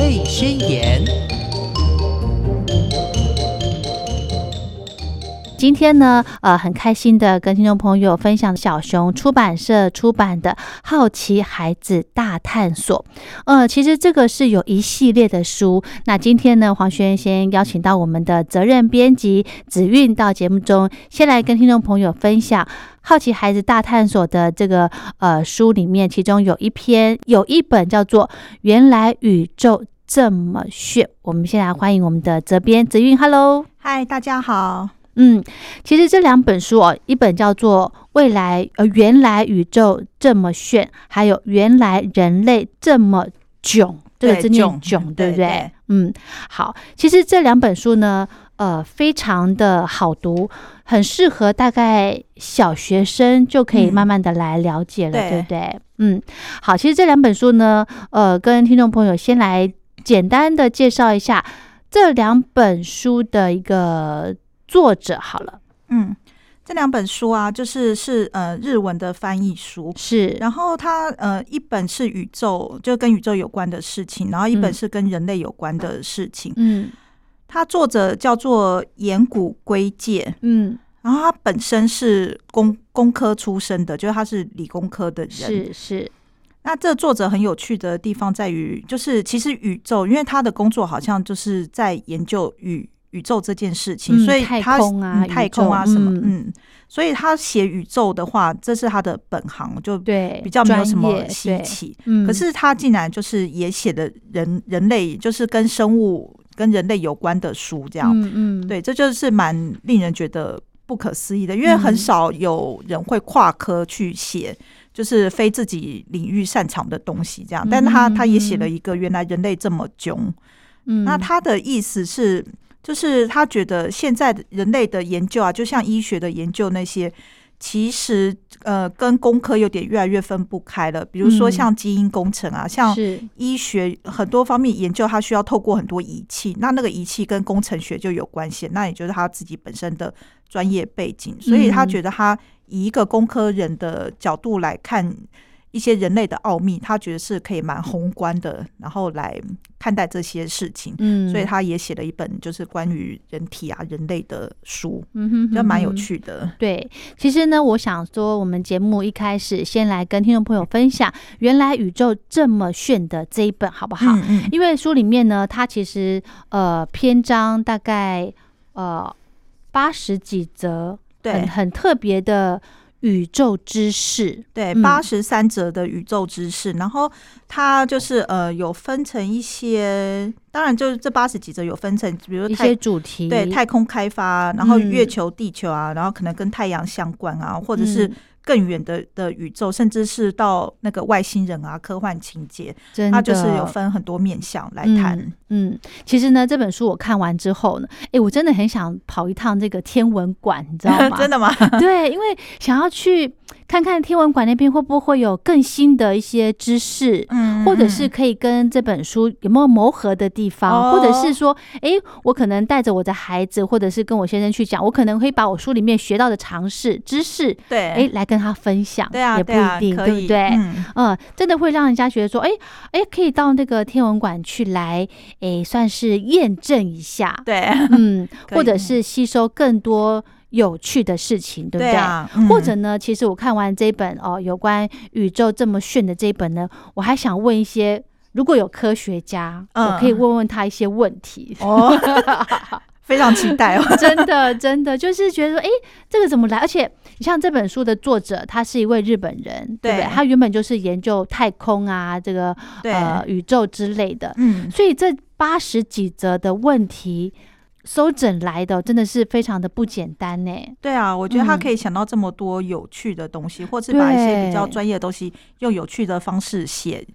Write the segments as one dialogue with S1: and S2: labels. S1: 类宣言。
S2: 今天呢，呃，很开心的跟听众朋友分享小熊出版社出版的《好奇孩子大探索》。呃，其实这个是有一系列的书。那今天呢，黄轩先邀请到我们的责任编辑子韵到节目中，先来跟听众朋友分享《好奇孩子大探索》的这个呃书里面，其中有一篇有一本叫做《原来宇宙这么炫》。我们先来欢迎我们的责编子韵，Hello。
S3: 嗨，大家好。
S2: 嗯，其实这两本书哦，一本叫做《未来呃原来宇宙这么炫》，还有《原来人类这么囧》，这个
S3: 对
S2: 字念
S3: 囧
S2: “囧”，对不对
S3: 对对？
S2: 嗯，好，其实这两本书呢，呃，非常的好读，很适合大概小学生就可以
S3: 嗯
S2: 慢慢的来了解了，
S3: 对
S2: 对不对？嗯，好，其实这两本书呢，呃，跟听众朋友先来简单的介绍一下这两本书的一个作者好了。
S3: 嗯，这两本书啊，就是是呃日文的翻译书。
S2: 是，
S3: 然后它呃，一本是宇宙，就跟宇宙有关的事情，然后一
S2: 嗯
S3: 本是跟人类有关的事情。
S2: 嗯
S3: 它作者叫做岩谷圭介，
S2: 嗯，
S3: 然后他本身是工工科出身的，就是他是理工科的人。
S2: 是是，
S3: 那这作者很有趣的地方在于，就是其实宇宙，因为他的工作好像就是在研究宇宇宙这件事情，
S2: 嗯
S3: 所以
S2: 太
S3: 他
S2: 空啊
S3: 嗯太
S2: 宇宙
S3: 空啊什么，
S2: 嗯
S3: 嗯所以他写宇宙的话，这是他的本行，就
S2: 对，
S3: 比较没有
S2: 专
S3: 什么
S2: 业
S3: 稀
S2: 对
S3: 奇。
S2: 嗯，
S3: 可是他竟然就是也写的人人类，就是跟生物、跟人类有关的书，这样。
S2: 嗯嗯，
S3: 对，这就是蛮令人觉得不可思议的，因为很
S2: 嗯
S3: 少有人会跨科去写，就是非自己领域擅长的东西这样。但他他也写了一个，原来人类这么囧。
S2: 嗯，
S3: 那他的意思是，就是他觉得现在的人类的研究啊，就像医学的研究那些。其实，呃，跟工科有点越来越分不开了。比如说
S2: 嗯
S3: 像基因工程啊，像
S2: 是
S3: 医学很多方面研究，它需要透过很多仪器，那那个仪器跟工程学就有关系，那也就是他自己本身的专业背景，
S2: 嗯
S3: 所以他觉得他以一个工科人的角度来看一些人类的奥秘，他觉得是可以蛮宏观的，然后来看待这些事情，
S2: 嗯，
S3: 所以他也写了一本就是关于人体啊人类的书，
S2: 嗯哼，
S3: 就蛮有
S2: 嗯。
S3: 趣的。
S2: 对，其实呢，我想说，我们节目一开始先来跟听众朋友分享《原来宇宙这么炫》的这一本，好不好？
S3: 嗯嗯
S2: 因为书里面呢，它其实呃篇章大概呃八十几则，很
S3: 对
S2: 很特别的宇宙知识，
S3: 对，
S2: 嗯
S3: 八十三折的宇宙知识，然后它就是呃有分成一些，当然就是这八十几折有分成，比如
S2: 一
S3: 太
S2: 些主题，
S3: 对太空开发，然后
S2: 嗯
S3: 月球、地球啊，然后可能跟太阳相关啊，或者是
S2: 嗯
S3: 更远的的宇宙，甚至是到那个外星人啊，科幻情节，
S2: 真
S3: 它就是
S2: 的
S3: 有分很多面向来谈。
S2: 嗯。嗯，其实呢，这本书我看完之后呢，诶，我真的很想跑一趟这个天文馆，你知道 吗？
S3: 真的吗？
S2: 对，因为想要去看看天文馆那边会不会有更新的一些知识。
S3: 嗯
S2: 或者是可以跟这本书有没有谋合的地方，
S3: 哦
S2: 或者是说，诶，我可能带着我的孩子，或者是跟我先生去讲，我可能会把我书里面学到的常识、知识，
S3: 对，
S2: 诶，来跟他分享，
S3: 对啊，
S2: 哎也不
S3: 对啊
S2: 一定，
S3: 可
S2: 对
S3: 以
S2: 不对？
S3: 嗯
S2: 嗯，真的会让人家觉得说，哎、哎、可以到那个天文馆去来，哎、算是验证一下，
S3: 对，
S2: 嗯，
S3: 可以
S2: 或者是吸收更多有趣的事情，对不对？
S3: 对啊，嗯
S2: 或者呢，其实我看完这本哦，有关宇宙这么炫的这一本呢，我还想问一些，如果有科学家，
S3: 嗯
S2: 我可以问问他一些问题。
S3: 哦， 非常期待哦。
S2: 真的，真的就是觉得说，哎、这个怎么来？而且你像这本书的作者，他是一位日本人，对不对？
S3: 对
S2: 他原本就是研究太空啊，这个
S3: 对，
S2: 呃宇宙之类的。
S3: 嗯，
S2: 所以这八十几则的问题收整来的，真的是非常的不简单呢。
S3: 对啊，我觉得他
S2: 嗯
S3: 可以想到这么多有趣的东西，或是把一些比较
S2: 对
S3: 专业的东西用有趣的方式写。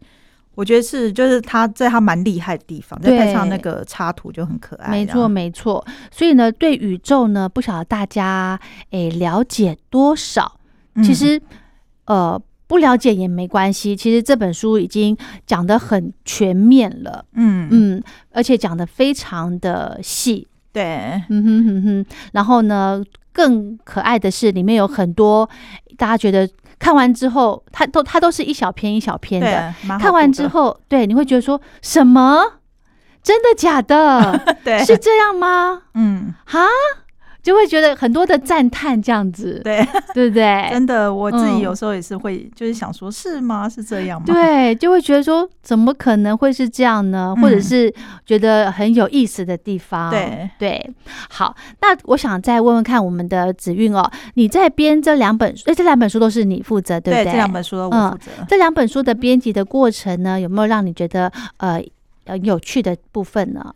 S3: 我觉得是，就是他在他蛮厉害的地方，再
S2: 对
S3: 配上那个插图就很可爱。
S2: 没
S3: 这
S2: 错，
S3: 样，
S2: 没错。所以呢，对宇宙呢，不晓得大家诶了解多少？
S3: 嗯
S2: 其实，呃，不了解也没关系。其实这本书已经讲得很全面了，
S3: 嗯嗯，
S2: 嗯，而且讲得非常的细，
S3: 对，
S2: 嗯哼哼哼，然后呢，更可爱的是里面有很多大家觉得看完之后，它都它都是一小篇一小篇
S3: 对
S2: 的。，
S3: 蛮好
S2: 看完
S3: 读
S2: 之
S3: 的，
S2: 后，对，你会觉得说什么？真的假的？
S3: 对，
S2: 是这样吗？
S3: 嗯，
S2: 哈，就会觉得很多的赞叹这样子，
S3: 对，
S2: 对不对？
S3: 真的，我自
S2: 哎嗯
S3: 己有时候也是会，就是想说，是吗？是这样吗？，
S2: 对，就会觉得说，怎么可能会是这样呢？或者
S3: 嗯
S2: 是觉得很有意思的地方，
S3: 对
S2: 啊对，好，那我想再问问看我们的子韵哦，你在编这两本，哎，这两本书都是你负责，对不
S3: 对，
S2: 对？嗯
S3: 这两本书都我负责。
S2: 这两本书的编辑的过程呢，有没有让你觉得呃呃有趣的部分呢？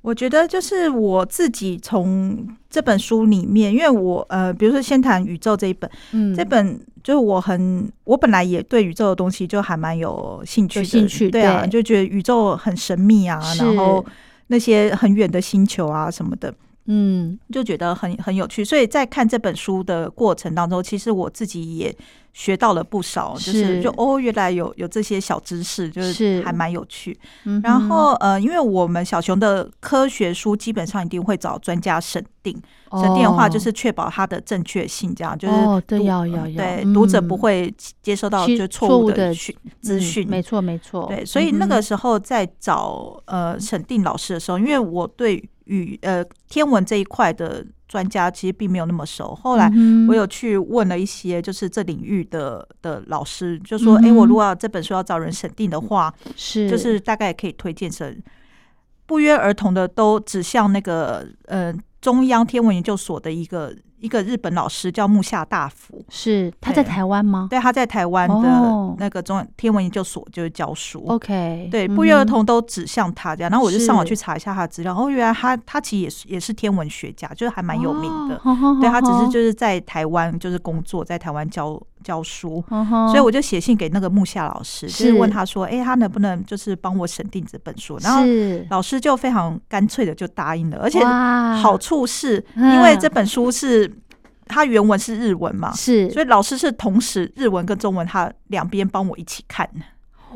S3: 我觉得就是我自己从这本书里面，因为我呃，比如说先谈宇宙这一本，
S2: 嗯，
S3: 这本就是我很，我本来也对宇宙的东西就还蛮有兴趣
S2: 有
S3: 的，
S2: 兴趣
S3: 对啊，
S2: 对
S3: 就觉得宇宙很神秘啊，
S2: 是
S3: 然后那些很远的星球啊什么的，
S2: 嗯
S3: 就觉得很很有趣。所以在看这本书的过程当中，其实我自己也学到了不少，就是
S2: 是
S3: 就哦，原来有有这些小知识，就是是还蛮有趣。
S2: 嗯哼，
S3: 然后呃，因为我们小熊的科学书基本上一定会找专家审定，审定的话
S2: 哦
S3: 就是确保它的正确性，这样就是
S2: 哦对
S3: 读
S2: 要要要
S3: 对
S2: 嗯
S3: 读者不会接收到
S2: 其
S3: 就
S2: 错
S3: 错
S2: 误
S3: 误
S2: 的
S3: 的讯资
S2: 嗯
S3: 讯，
S2: 没错没错，
S3: 对，所以那
S2: 嗯
S3: 个
S2: 哼
S3: 时候在找呃沈定老师的时候，因为我对语呃天文这一块的专家其实并没有那么熟，后来
S2: 嗯哼
S3: 我有去问了一些就是这领域的的老师，就说哎、诶
S2: 嗯
S3: 我
S2: 哼
S3: 如果要这本书要找人审定的话，
S2: 是
S3: 就是大概可以推荐成不约而同的都指向那个呃中央天文研究所的一个一个日本老师叫木下大辅。
S2: 是他在
S3: 对
S2: 台湾吗
S3: 对，他在台湾的
S2: 哦
S3: 那个中天文研究所就是教书。
S2: ？OK，
S3: 对，
S2: 嗯
S3: 不约而
S2: 哼
S3: 同都指向他这样。然后我就是上网去查一下他的资料，哦，原来他他其实也是也是天文学家，就是还蛮有名的。
S2: 哦
S3: 对他只是。
S2: 呵呵呵
S3: 就是在台湾就是工作，在台湾教教书。
S2: 呵呵
S3: 所以我就写信给那个木下老师，就是是问他说：“哎、他能不能就是帮我审定这本书？”然后
S2: 是
S3: 老师就非常干脆的就答应了，而且
S2: 哇
S3: 好处是
S2: 嗯
S3: 因为这本书是它原文是日文嘛，
S2: 是
S3: 啊所以老师是同时日文跟中文，他两边帮我一起看。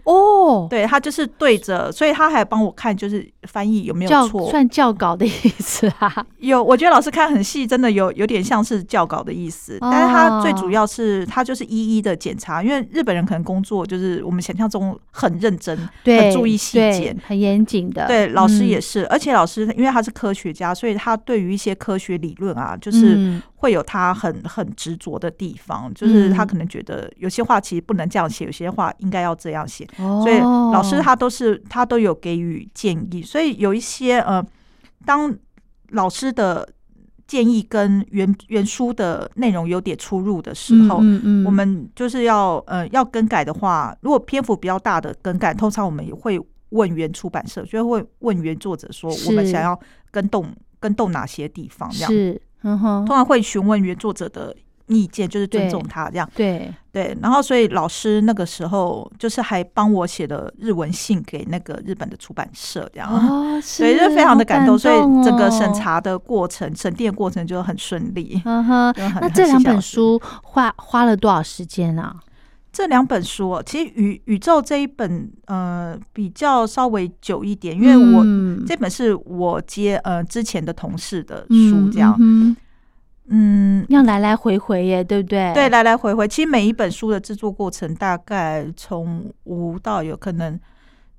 S2: 哦，
S3: 对他就是对着，所以他还帮我看，就是翻译有没有
S2: 教
S3: 错。
S2: 算教稿的意思啊，
S3: 有，我觉得老师看很细，真的有有点像是教稿的意思，
S2: 哦
S3: 但是他最主要是他就是一一的检查，因为日本人可能工作就是我们想象中很认真，
S2: 对，
S3: 注意细
S2: 对
S3: 节，
S2: 很严谨的。嗯
S3: 对老师也
S2: 是，
S3: 是，而且老师因为他是科学家，所以他对于一些科学理论啊，就是
S2: 嗯
S3: 会有他很很执着的地方，就是他
S2: 嗯
S3: 可能觉得有些话其实不能这样写，有些话应该要这样写，
S2: 哦
S3: 所以老师他都是他都有给予建议，所以有一些呃，当老师的建议跟原原书的内容有点出入的时候，
S2: 嗯嗯嗯
S3: 我们就是要呃要更改的话，如果篇幅比较大的更改，通常我们也会问原出版社，就会问原作者说
S2: 是
S3: 我们想要跟动跟动哪些地方，这样
S2: 是，嗯哼
S3: 通，常会询问原作者的意见，就是尊重
S2: 对
S3: 他这样。
S2: 对，
S3: 对，然后所以老师那个时候就是还帮我写了日文信给那个日本的出版社，这样。
S2: 哦，
S3: 所以
S2: 是，
S3: 就非常的感动，
S2: 好
S3: 所以整个审
S2: 哦，
S3: 查的过程、审定的过程就很顺利。
S2: 嗯哼。
S3: 就很
S2: 那
S3: 很
S2: 这
S3: 细
S2: 两
S3: 啊小
S2: 本
S3: 的
S2: 书花花了多少时间啊？
S3: 这两本书哦，其实宇宇宙这一本呃比较稍微久一点，因为我、
S2: 嗯
S3: 这本是我接呃之前的同事的书，这样，
S2: 嗯嗯哼
S3: 嗯，
S2: 要来来回回耶，对不对？
S3: 对，，来来回回，其实每一本书的制作过程大概从无到有，可能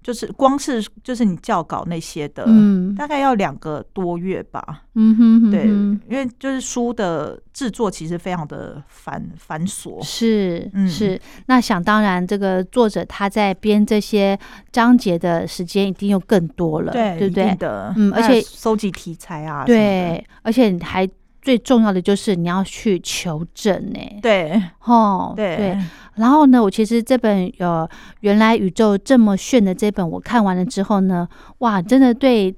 S3: 就是光是就是你校稿那些的，
S2: 嗯
S3: 大概要两个多月吧。
S2: 嗯哼哼
S3: 对，
S2: 哼
S3: 因为就是书的制作其实非常的繁繁琐，
S2: 是
S3: 嗯
S2: 是，那想当然，这个作者他在编这些章节的时间一定又更多了，对
S3: 一
S2: 不对
S3: 定？的，
S2: 嗯而
S3: 还有
S2: 且
S3: 收集题材啊，什么的，
S2: 对，而且你还最重要的就是你要去求证呢、
S3: 对
S2: 哦，
S3: 对
S2: 然后呢，我其实这本呃，原来宇宙这么炫的这本，我看完了之后呢，哇，真的对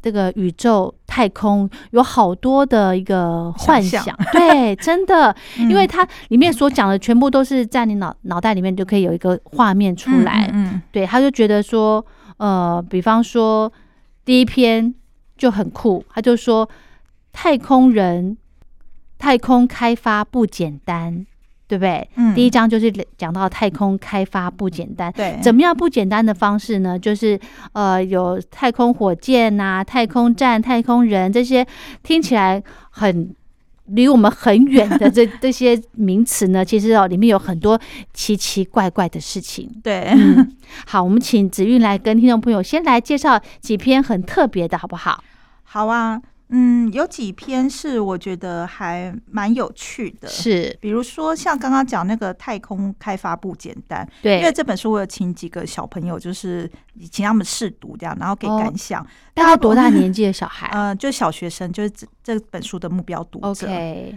S2: 这个宇宙太空有好多的一个幻想，
S3: 想
S2: 对，真的，
S3: 嗯
S2: 因为它里面所讲的全部都是在你脑脑袋里面就可以有一个画面出来，
S3: 嗯嗯
S2: 对，他就觉得说，呃，比方说第一篇就很酷，他就说太空人太空开发不简单，对不对？
S3: 嗯
S2: 第一章就是讲到太空开发不简单。
S3: 对，
S2: 怎么样不简单的方式呢？就是呃，有太空火箭呐、太空站、太空人这些，听起来很离我们很远的这 这些名词呢，其实哦，里面有很多奇奇怪怪的事情。
S3: 对，
S2: 嗯，好，我们请子韵来跟听众朋友先来介绍几篇很特别的，好不好？
S3: 好啊，嗯，有几篇是我觉得还蛮有趣的，
S2: 是，
S3: 比如说像刚刚讲那个太空开发不简单，因为
S2: 对，
S3: 这本书我有请几个小朋友，就是请他们试读这样，然后给
S2: 哦
S3: 感想。
S2: 大概多大年纪的小 孩
S3: 嗯、就小学生，就是这这本书的目标读者。
S2: ？OK，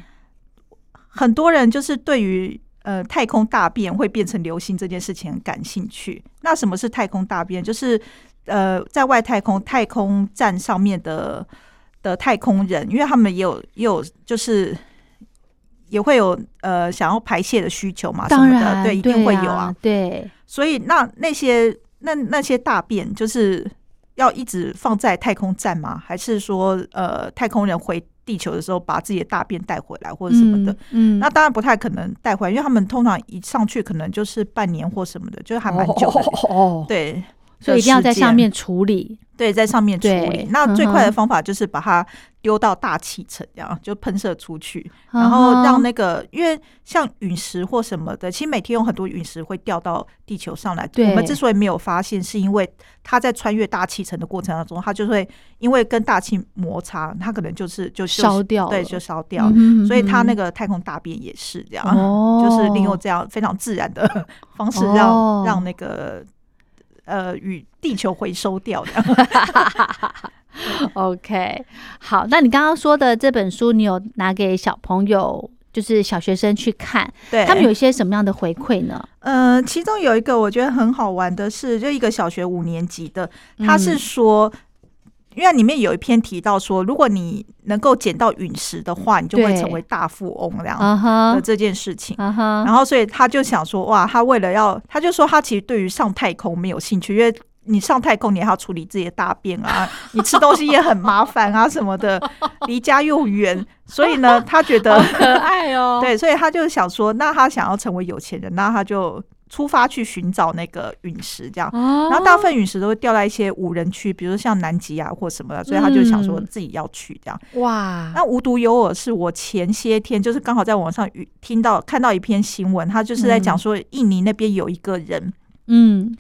S3: 很多人就是对于呃太空大便会变成流星这件事情很感兴趣。那什么是太空大便？就是呃在外太空太空站上面的的呃太空人，因为他们也有也有就是。也会有呃想要排泄的需求嘛，啊什
S2: 当
S3: 么的
S2: 然，
S3: 对，一定会有
S2: 啊
S3: 啊。，
S2: 对，
S3: 所以那那些那那些大便就是要一直放在太空站吗？还是说呃太空人回地球的时候把自己的大便带回来或者什么的？
S2: 嗯，嗯，
S3: 那当然不太可能带回来，因为他们通常一上去可能就是半年或什么的，就是还蛮 久的。
S2: 哦哦，哦
S3: 对，
S2: 所以一定要在上
S3: 面。
S2: 面处理。
S3: 对，在上面处
S2: 对
S3: 理。那最快
S2: 嗯哼
S3: 的方法就是把它丢到大气层，这样就喷射出去，
S2: 嗯啊
S3: 然后让那个，因为像陨石或什么的，其实每天有很多陨石会掉到地球上来。
S2: 对
S3: 我们之所以没有发现，是因为它在穿越大气层的过程当中，它就会因为跟大气摩擦，它可能就是就就
S2: 烧掉
S3: 对，
S2: 了
S3: 就烧掉。
S2: 嗯
S3: 所以它那
S2: 个
S3: 个太空大便也是这样。
S2: 哦，
S3: 就是利用这样非常自然的 方式让、
S2: 哦
S3: 让那个呃与地球回收掉的。
S2: OK，好，那你刚刚说的这本书，你有拿给小朋友，就是小学生去看，
S3: 对，
S2: 他们有一些什么样的回馈呢？
S3: 呃，其中有一个我觉得很好玩的是，就一个小学五年级的，他
S2: 嗯
S3: 是说。因为里面有一篇提到说，如果你能够捡到陨石的话，你就会
S2: 对
S3: 成为大富翁这样
S2: 啊
S3: 的
S2: 哈
S3: 这件事情。
S2: 啊哈，
S3: 然后，所以他就想说，哇，他为了要，他就说他其实对于上太空没有兴趣，因为你上太空你还要处理自己的大便啊，你吃东西也很麻烦啊什么的，离家又远，所以呢，他觉得
S2: 可爱哦
S3: 对，所以他就想说，那他想要成为有钱人，那他就出发去寻找那个陨石，这样。
S2: 哦，
S3: 然后大部分陨石都会掉在一些无人区，比如像南极啊或什么的，所以他就想说
S2: 嗯
S3: 自己要去这样。
S2: 哇，
S3: 那无独有偶，是我前些天就是刚好在网上与听到看到一篇新闻，他就是在讲说印尼那边有一个人，
S2: 嗯，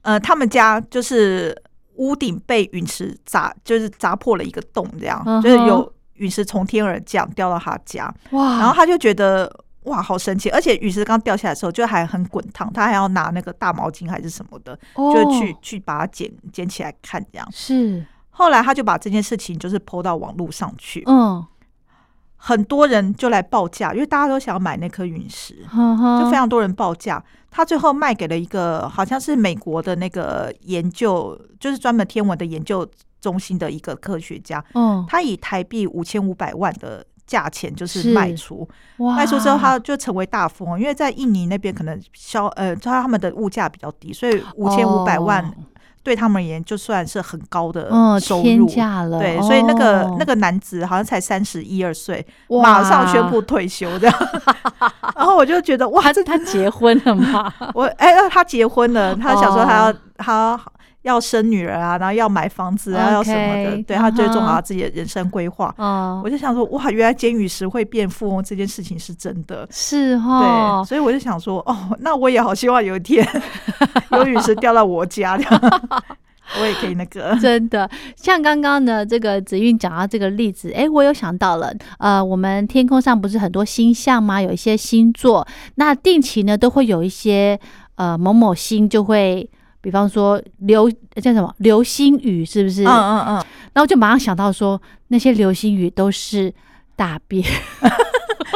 S3: 呃，他们家就是屋顶被陨石砸，就是砸破了一个洞，这样、
S2: 嗯哼啊
S3: 就是有陨石从天而降掉到他家，
S2: 哇，
S3: 然后他就觉得。哇，好神奇！而且陨石刚掉下来的时候，就还很滚烫，他还要拿那个大毛巾还是什么的，
S2: 后
S3: 就去去把它捡捡起来看这样。
S2: 哦是，
S3: 后来他就把这件事情就是抛到网络上去，
S2: 嗯，
S3: 很多人就来报价，因为大家都想要买那颗陨石，
S2: 哈啊哈，
S3: 就非常多人报价。他最后卖给了一个好像是美国的那个研究，就是专门天文的研究中心的一个科学家，
S2: 嗯，
S3: 他以台币五千五百万的。价钱就是
S2: 是
S3: 卖出，
S2: 哇，
S3: 卖出之后他就成为大富翁，因为在印尼那边可能消呃，他们的物价比较低，所以五千五百万
S2: 哦
S3: 对他们而言就算是很高的
S2: 嗯，
S3: 收
S2: 天
S3: 入。
S2: 价了，
S3: 对，所以那个、
S2: 哦
S3: 那个男子好像才三十一二岁，
S2: 哇
S3: 马上宣布退休这样。 然后我就觉得哇，
S2: 他
S3: 这
S2: 他结婚了 吗？
S3: 我哎、那他结婚了，他想说他要、
S2: 哦
S3: 他要生女儿啊，然后要买房子啊，要什么
S2: OK，
S3: 的，对他最重
S2: 嗯哼
S3: 要他自己的人生规划。
S2: 哦
S3: 我，就想说哇，原来捡陨石会变富翁这件事情是真的。
S2: 是哦
S3: 对，，所以我就想说，哦，那我也好希望有一天有陨石掉到我家，这样 我也可以那个。
S2: 真的，像刚刚呢，这个子韵讲到这个例子，诶，我有想到了，呃，我们天空上不是很多星象吗？有一些星座，那定期呢都会有一些呃某某星就会，比方说流叫什么流星雨，是不是？
S3: 嗯嗯嗯，
S2: 然后就马上想到说，那些流星雨都是大便，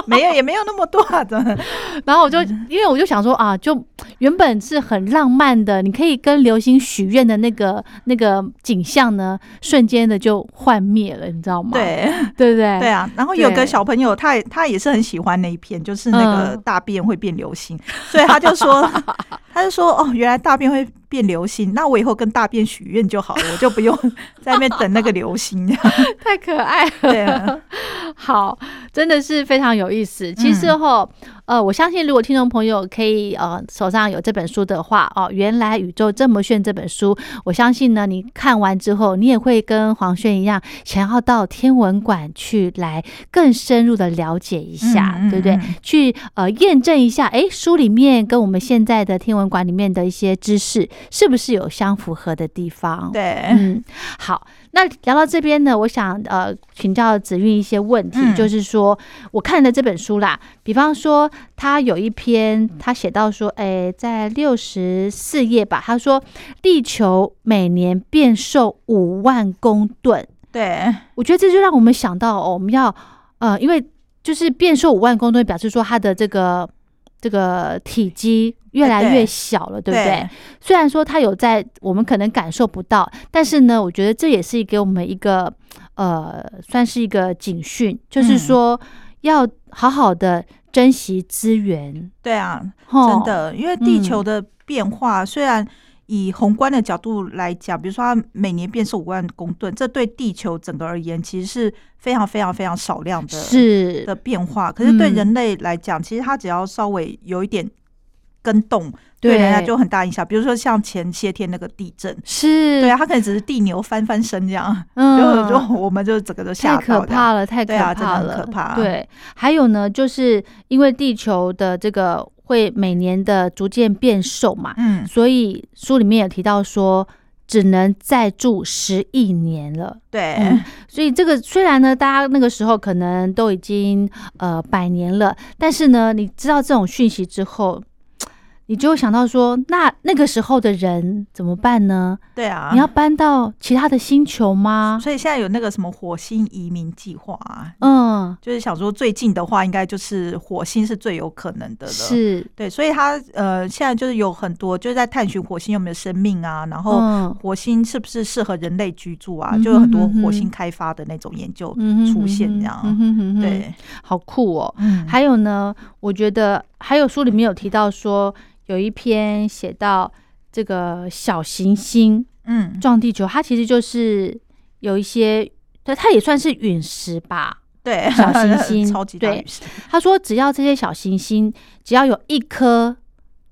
S3: 没有也没有那么多啊，真的。
S2: 然后我就
S3: 嗯
S2: 因为我就想说啊，就原本是很浪漫的，你可以跟流星许愿的那个那个景象呢，瞬间的就幻灭了，你知道吗？。
S3: 对
S2: 对不对？
S3: 对啊，然后有
S2: 对
S3: 个小朋友，他也他也是很喜欢那一片，就是那个
S2: 嗯
S3: 大便会变流星，所以他就说， 他就说哦，原来大便会变流星，那我以后跟大便许愿就好了，我就 不用在那边等那个流星。
S2: 太可爱了。
S3: 对啊，
S2: 好，真的是非常有意思。其实
S3: 嗯
S2: 哈，呃，我相信如果听众朋友可以呃手上有这本书的话哦，原来宇宙这么炫这本书，我相信呢，你看完之后，你也会跟黄轩一样，想要到天文馆去来更深入的了解一下，
S3: 嗯嗯
S2: 对不对？
S3: 嗯
S2: 去呃验证一下，诶，书里面跟我们现在的天文馆里面的一些知识是不是有相符合的地方？
S3: 对，
S2: 嗯，好，那聊到这边呢，我想呃请教子韵一些问题，
S3: 嗯
S2: 就是说我看了这本书啦，比方说他有一篇他写到说，诶，在六十四页吧，他说地球每年变瘦五万公吨，
S3: 对，
S2: 我觉得这就让我们想到、哦、我们要呃，因为就是变瘦五万公吨，表示说它的这个这个体积越来越
S3: 对
S2: 小了，对不对？虽然说它有在，我们可能感受不到，但是呢，我觉得这也是给我们一个呃，算是一个警讯，就是说
S3: 嗯
S2: 要好好的珍惜资源，
S3: 对啊，
S2: 吼
S3: 真，的，因为地
S2: 嗯
S3: 球的变化、虽然以宏观的角度来讲，比如说它每年变瘦五万公吨，这对地球整个而言其实是非常非常非常少量的
S2: 是
S3: 的变化。可是对
S2: 嗯
S3: 人类来讲，其实它只要稍微有一点跟动，对人家就很大影响。比如说像前些天那个地震。
S2: 嗯是，
S3: 对啊，它可能只是地牛翻翻身这样，就
S2: 嗯，
S3: 就我们就整个都吓
S2: 太可
S3: 到这样。
S2: 怕了，太可
S3: 对啊真的
S2: 怕
S3: 很
S2: 了，
S3: 可怕
S2: 对，还有呢，就是因为地球的这个会每年的逐渐变瘦嘛，
S3: 嗯，
S2: 所以书里面也提到说，只能再住十亿年了。
S3: 对，
S2: 嗯所以这个虽然呢，大家那个时候可能都已经呃百年了，但是呢，你知道这种讯息之后，你就会想到说，那那个时候的人怎么办呢？
S3: 对啊。
S2: 你要搬到其他的星球吗？
S3: 所以现在有那个什么火星移民计划啊，
S2: 嗯，
S3: 就是想说最近的话，应该就是火星是最有可能的了。，
S2: 是，
S3: 对，所以它呃，现在就是有很多就是在探寻火星有没有生命啊，然后
S2: 嗯
S3: 火星是不是适合人类居住啊，
S2: 嗯哼
S3: 就有很多
S2: 嗯哼
S3: 火星开发的那种研究
S2: 嗯哼
S3: 出现这
S2: 嗯
S3: 样。啊
S2: 哼哼哼，
S3: 对，
S2: 好酷哦。
S3: 嗯，
S2: 还有呢，我觉得还有书里面有提到说，有一篇写到这个小行星
S3: 嗯，
S2: 撞地球，它其实就是有一些，对，它也算是陨石吧。
S3: 对，
S2: 小 行星
S3: 超级大
S2: 对
S3: 陨石，
S2: 他说，只要这些小行星只要有一颗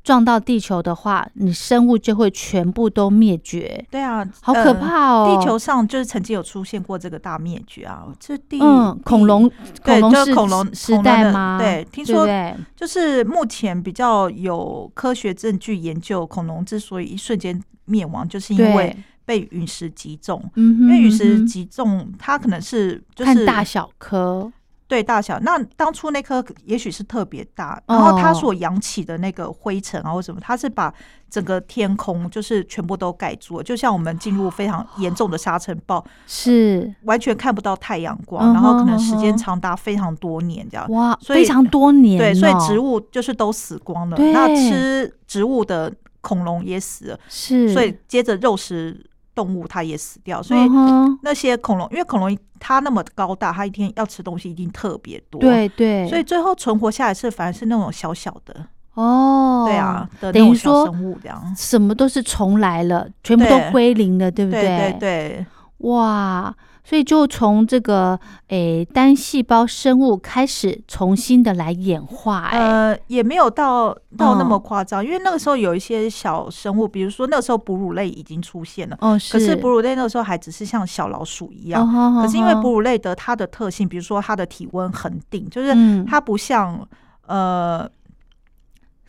S2: 撞到地球的话，你生物就会全部都灭绝，
S3: 对啊，
S2: 好可
S3: 呃
S2: 怕哦！
S3: 地球上就是曾经有出现过这个大灭绝啊，这地
S2: 嗯，恐龙恐
S3: 对，
S2: 龙
S3: 就是
S2: 是
S3: 恐龙
S2: 时代吗？
S3: 恐龙的对，听
S2: 对不
S3: 说
S2: 对？
S3: 就是目前比较有科学证据研究，恐龙之所以一瞬间灭亡，就是因为
S2: 对，
S3: 被陨石击中。
S2: 嗯哼，
S3: 因为陨
S2: 嗯
S3: 石
S2: 哼
S3: 击中，它可能是就是呃
S2: 看大小颗，
S3: 对大小。那当初那颗也许是特别大，
S2: 哦
S3: 然后它所扬起的那个灰尘啊或什么，它是把整个天空就是全部都盖住了，就像我们进入非常严重的沙尘暴，
S2: 是
S3: 完全看不到太阳
S2: 嗯哼
S3: 光，然后可能时
S2: 嗯哼
S3: 间长达非常多年这样。
S2: 哇，
S3: 呃所以
S2: 非常多年哦、
S3: 对，所以植物就是都死光了。
S2: 对
S3: 那吃植物的恐龙也死了，
S2: 是，
S3: 所以接着肉食动物它也死掉。所以
S2: 嗯哼
S3: 那些恐龙，因为恐龙它那么高大，它一天要吃东西一定特别多。。
S2: 对对，
S3: 所以最后存活下来是反而是那种小小的，
S2: 哦，
S3: 对啊，的那
S2: 等于
S3: 种小
S2: 说
S3: 生物这样，
S2: 什么都是重来了，全部都
S3: 对
S2: 归零了，对不
S3: 对对对
S2: 哇，所以就从这个诶单细胞生物开始重新的来演化、诶
S3: 呃，也没有到到那么
S2: 哎嗯
S3: 夸张，因为那个时候有一些小生物，比如说那个时候哺乳类已经出现了，
S2: 哦是，
S3: 可是哺乳类那个时候还只是像小老鼠一样
S2: 哦，吼吼
S3: 可是因为
S2: 吼
S3: 哺乳类的它的特性，比如说它的体温恒定，就是
S2: 嗯
S3: 它不像、呃。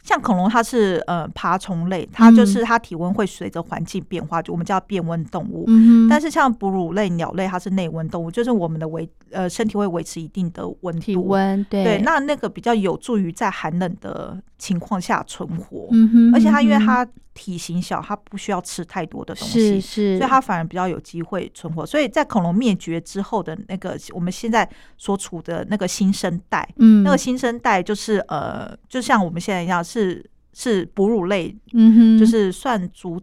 S3: 像恐龙，它是呃爬虫类，它就
S2: 嗯
S3: 是它体温会随着环境变化，就我们叫变温动物。
S2: 嗯哼，
S3: 但是像哺乳类、鸟类，它是内温动物，就是我们的维呃身体会维持一定的温度。
S2: 体温对
S3: 对，那那个比较有助于在寒冷的情况下存活，
S2: 嗯哼，
S3: 而且它因为
S2: 嗯哼
S3: 它体型小，它不需要吃太多的东西
S2: 是，是，
S3: 所以它反而比较有机会存活。所以在恐龙灭绝之后的那个，我们现在所处的那个新生代，
S2: 嗯
S3: 那个新生代就是呃，就像我们现在一样，是是哺乳类，
S2: 嗯哼
S3: 就是算足，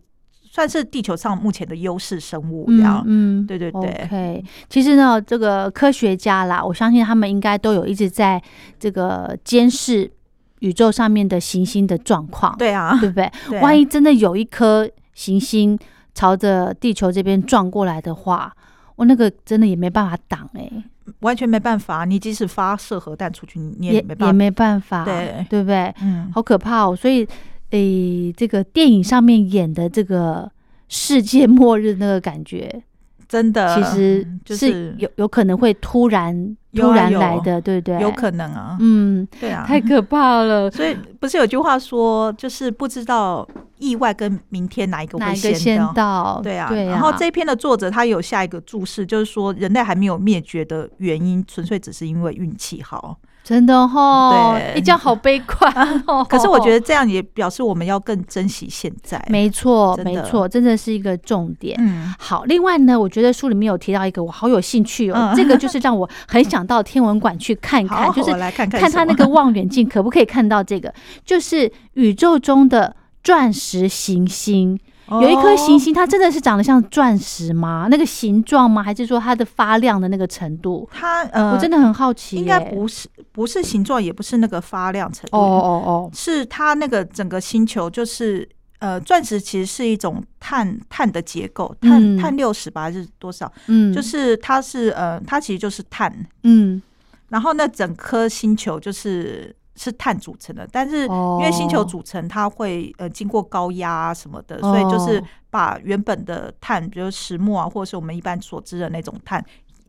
S3: 算是地球上目前的优势生物这样。
S2: 嗯，嗯
S3: 对对对
S2: OK，其实呢，这个科学家啦，我相信他们应该都有一直在这个监视宇宙上面的行星的状况，
S3: 对啊，
S2: 对不对？
S3: 对啊
S2: 万一真的有一颗行星朝着地球这边撞过来的话，我那个真的也没办法挡哎、
S3: 完全没办法。你即使发射核弹出去，你你
S2: 也
S3: 没
S2: 也
S3: 办法。
S2: 没办法，
S3: 对
S2: 对不对？
S3: 嗯，
S2: 好可怕哦！所以，诶、这个电影上面演的这个世界末日那个感觉，
S3: 真的，
S2: 其实
S3: 嗯就是
S2: 有有可能会突然
S3: 有啊
S2: 突然
S3: 有
S2: 来的，对不对？
S3: 有可能啊。
S2: 嗯，
S3: 对啊，
S2: 太可怕了。
S3: 所以不是有句话说，就是不知道意外跟明天哪一个
S2: 哪
S3: 会
S2: 一个
S3: 先
S2: 先
S3: 到。
S2: 到？
S3: 对啊，
S2: 对啊。
S3: 然后这篇的作者他有下一个注释，就是说人类还没有灭绝的原因，纯粹只是因为运气
S2: 哦
S3: 好。
S2: 真的哈，
S3: 对
S2: 诶这样好悲观哦。
S3: 可是 我觉得这样也表示我们要更珍惜现在。
S2: 没错，
S3: 真
S2: 没
S3: 的
S2: 错，真的是一个重点。
S3: 嗯，
S2: 好，另外呢，我觉得书里面有提到一个我好有兴趣哦，
S3: 嗯
S2: 这个就是让我很想到天文馆去看看，
S3: 好，
S2: 就是
S3: 我来看看
S2: 看
S3: 什
S2: 他那
S3: 么
S2: 个望远镜可不可以看到这个，就是宇宙中的钻石行星。
S3: 哦
S2: 有一颗行，星，它真的是长得像钻石吗？那个形状吗？还是说它的发亮的那个程度？
S3: 哦它呃，
S2: 我真的很好奇耶、
S3: 应该不是不是形状，也不是那个发亮程度，
S2: 哦哦哦，
S3: 是它那个整个星球就是。呃，钻石其实是一种碳碳的结构，
S2: 嗯
S3: 碳碳六十吧还是多少？
S2: 嗯，
S3: 就是它是呃，它其实就是碳，
S2: 嗯，
S3: 然后那整颗星球就是是碳组成的，但是
S2: 哦
S3: 因为星球组成它会呃经过高压啊什么的，所以就是
S2: 哦
S3: 把原本的碳，比如石墨啊，或者是我们一般所知的那种碳，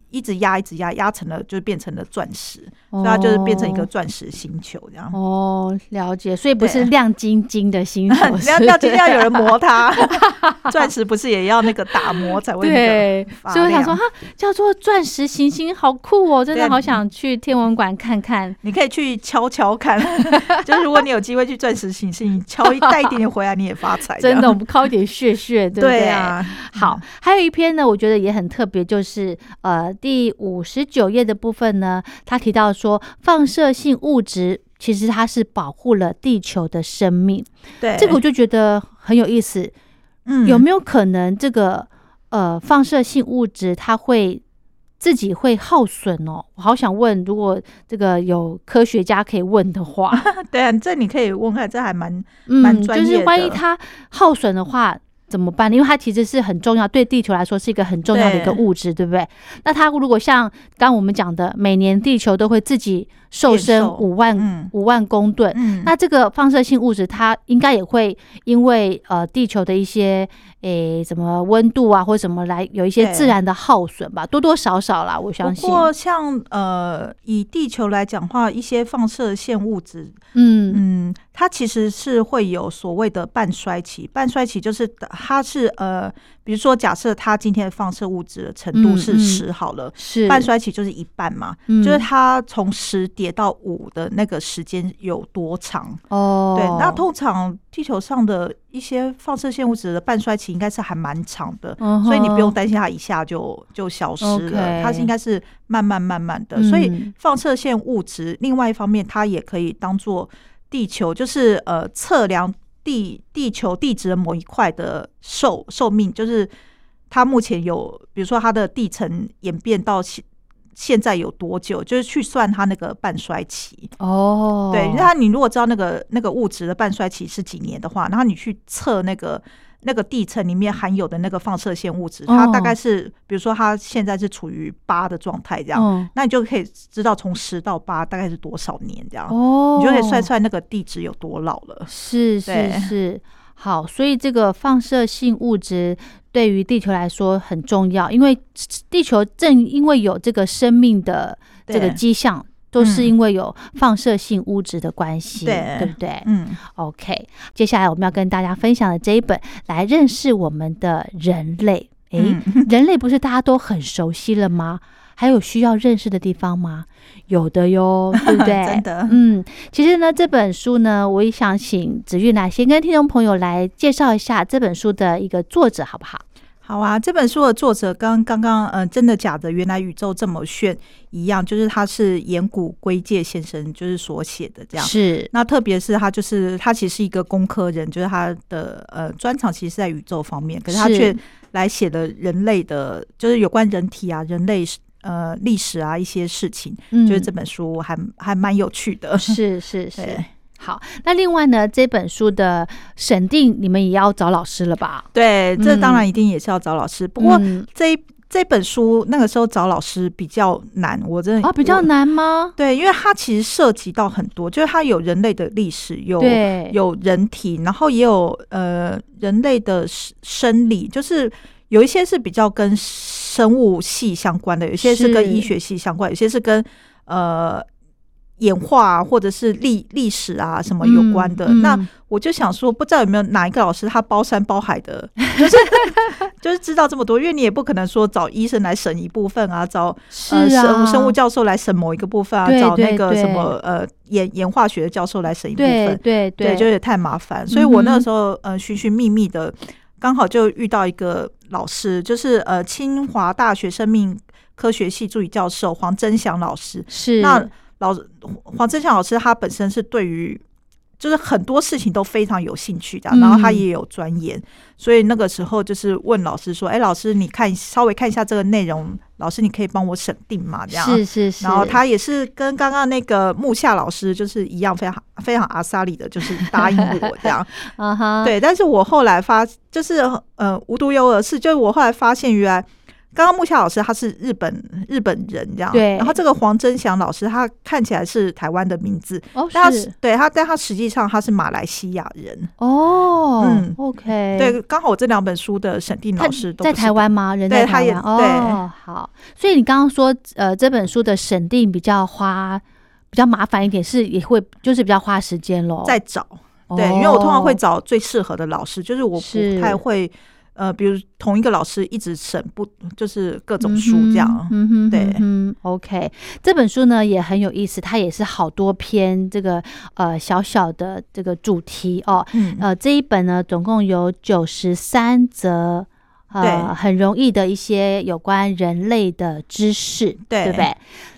S3: 一直压一直压，压成了就变成了钻石，所以它就是变成一个钻石星球这样。
S2: 哦，了解，所以不是
S3: 对
S2: 亮晶晶的星 球，
S3: 你要
S2: 是
S3: 要今天要有人磨它， 钻石不是也要那个打磨才会那个？
S2: 对，
S3: 发
S2: 所以我想说
S3: 亮
S2: 哈，叫做钻石行星，好酷哦！真
S3: 对
S2: 的
S3: 啊
S2: 好
S3: 你
S2: 想去天文馆看看。
S3: 你可以去敲敲看， 就是如果你有机会去钻石行星，你敲一带一点点回来，你也发财这样。
S2: 真的，我们靠一点血血，对不对？
S3: 哎对啊，
S2: 好，还有一篇呢，我觉得也很特别，就是呃第五十九页的部分呢，他提到说放射性物质其实它是保护了地球的生命，
S3: 对，
S2: 这个我就觉得很有意思。
S3: 哎嗯
S2: 有没有可能这个呃放射性物质它会自己会耗损哦？我好想问，如果这个有科学家可以问的话，
S3: 有？对啊，这你可以问看，这还蛮
S2: 嗯，
S3: 蛮专
S2: 就
S3: 业的
S2: 是万一它耗损的话。怎么办？因为它其实是很重要，对地球来说是一个很重要的一个
S3: 对
S2: 物质，对不对？那它如果像刚我们讲的，每年地球都会自己瘦
S3: 变
S2: 身
S3: 瘦
S2: 五万
S3: 嗯
S2: 五、万公吨，
S3: 嗯，
S2: 那这个放射性物质，它应该也会因为呃地球的一些诶什么温度啊，或什么来有一些
S3: 对
S2: 自然的耗损吧，多多少少啦，我相
S3: 不
S2: 信。
S3: 过像呃，以地球来讲话，一些放射线物质，
S2: 嗯
S3: 嗯，它其实是会有所谓的半衰期。半衰期就是它是呃，比如说假设它今天的放射物质的程
S2: 嗯
S3: 度是
S2: 嗯
S3: 十好了，
S2: 是，
S3: 半衰期就是一半嘛，
S2: 嗯
S3: 就是它从十跌到五的那个时间有多长？
S2: 哦，
S3: 对，那通常地球上的一些放射线物质的半衰期应该是还蛮长的，
S2: 嗯哼，
S3: 所以你不用担心它一下就就消失
S2: OK
S3: 了，它是应该是慢慢慢慢的。
S2: 嗯
S3: 所以放射线物质，另外一方面，它也可以当做地球，就是呃测量地地球地质的某一块的寿寿命，就是它目前有，比如说它的地层演变到现现在有多久，就是去算它那个半衰期。
S2: 哦，
S3: 对，那你如果知道那个那个物质的半衰期是几年的话，然后你去测那个那个地层里面含有的那个放射线物质，它
S2: 哦
S3: 大概是，比如说它现在是处于八的状态这样，
S2: 嗯
S3: 那你就可以知道从十到八大概是多少年这样，
S2: 哦，
S3: 你就可以算出来那个地质有多老了。
S2: 是是
S3: 对
S2: 是，好，所以这个放射性物质对于地球来说很重要，因为地球正因为有这个生命的这个
S3: 对
S2: 迹象，都是
S3: 嗯
S2: 因为有放射性物质的关系，
S3: 对
S2: 对不对
S3: 嗯，
S2: ？OK，接下来我们要跟大家分享的这一本，来认识我们的人类。诶、
S3: 嗯
S2: 人类不是大家都很熟悉了吗？还有需要认识的地方吗？有的哟，对不对？
S3: 真的
S2: 嗯，其实呢，这本书呢，我也想请子玉来先跟听众朋友来介绍一下这本书的一个作者，好不好？
S3: 好啊，这本书的作者刚刚刚，嗯、真的假的？原来宇宙这么炫一样，就是他是岩谷圭介先生就是所写的这样。
S2: 是，
S3: 那特别是他，就是他其实是一个工科人，就是他的呃专长其实是在宇宙方面，可是他
S2: 是
S3: 却来写了人类的，就是有关人体啊、人类呃历史啊一些事情，
S2: 嗯
S3: 就是这本书还还蛮有趣的。
S2: 是是是
S3: 对。
S2: 好，那另外呢，这本书的审定你们也要找老师了吧？
S3: 对，这
S2: 嗯
S3: 当然一定也是要找老师，不过
S2: 嗯
S3: 这一。这本书那个时候找老师比较难，我真的
S2: 啊，比较
S3: 我
S2: 难吗？
S3: 对，因为它其实涉及到很多，就是它有人类的历史，有
S2: 对，
S3: 有人体，然后也有呃人类的生生理，就是有一些是比较跟生物系相关的，有些是跟
S2: 是
S3: 医学系相关，有些是跟呃演化、啊、或者是历历史啊什么有关的。
S2: 嗯
S3: 那
S2: 嗯
S3: 我就想说，不知道有没有哪一个老师他包山包海的， 就是就是知道这么多，因为你也不可能说找医生来审一部分啊，找
S2: 是
S3: 呃生
S2: 啊，
S3: 物生物教授来审某一个部分啊，
S2: 对
S3: 找那
S2: 对
S3: 个什
S2: 对
S3: 么呃演演化学的教授来审一部
S2: 对
S3: 分，
S2: 对嗯
S3: 对，就有点太麻烦。所以我那个时候呃寻寻觅觅的，刚好就遇到一个老师，就是呃清华大学生命科学系助理教授黄真祥老师。
S2: 是
S3: 那老黄真祥老师他本身是对于就是很多事情都非常有兴趣的啊，
S2: 嗯
S3: 然后他也有钻研，所以那个时候就是问老师说：“哎，老师，你看稍微看一下这个内容，老师你可以帮我审定吗？”这样啊
S2: 是是是，
S3: 然后他也是跟刚刚那个木夏老师就是一样，非常非常阿萨里的，就是答应我这 样。
S2: 啊哈，
S3: 对，但是我后来发，就是呃无独有偶是，就是我后来发现原来。刚刚木夏老师他是日本日本人这样，
S2: 对
S3: 然后这个黄真祥老师他看起来是台湾的名字，
S2: 哦
S3: 但他
S2: 是
S3: 对他，但他实际上他是马来西亚人。
S2: 哦，
S3: 嗯
S2: ，OK，
S3: 对，刚好我这两本书的审定
S2: 他
S3: 老师都
S2: 在
S3: 不是
S2: 台湾吗？人
S3: 对
S2: 在
S3: 他
S2: 台
S3: 也
S2: 湾哦，好。所以你刚刚说，呃，这本书的审定比较花，比较麻烦一点，是也会就是比较花时间咯。
S3: 在找，
S2: 哦
S3: 对，因为我通常会找最适合的老师，就是我
S2: 是
S3: 不太会，呃，比如同一个老师一直审不，就是各种书这样。
S2: 嗯哼，
S3: 对
S2: 嗯哼，OK，这本书呢也很有意思，它也是好多篇这个呃小小的这个主题哦，
S3: 嗯
S2: 呃，这一本呢，总共有九十三则，呃，
S3: 对
S2: 很容易的一些有关人类的知识，
S3: 对
S2: 不对？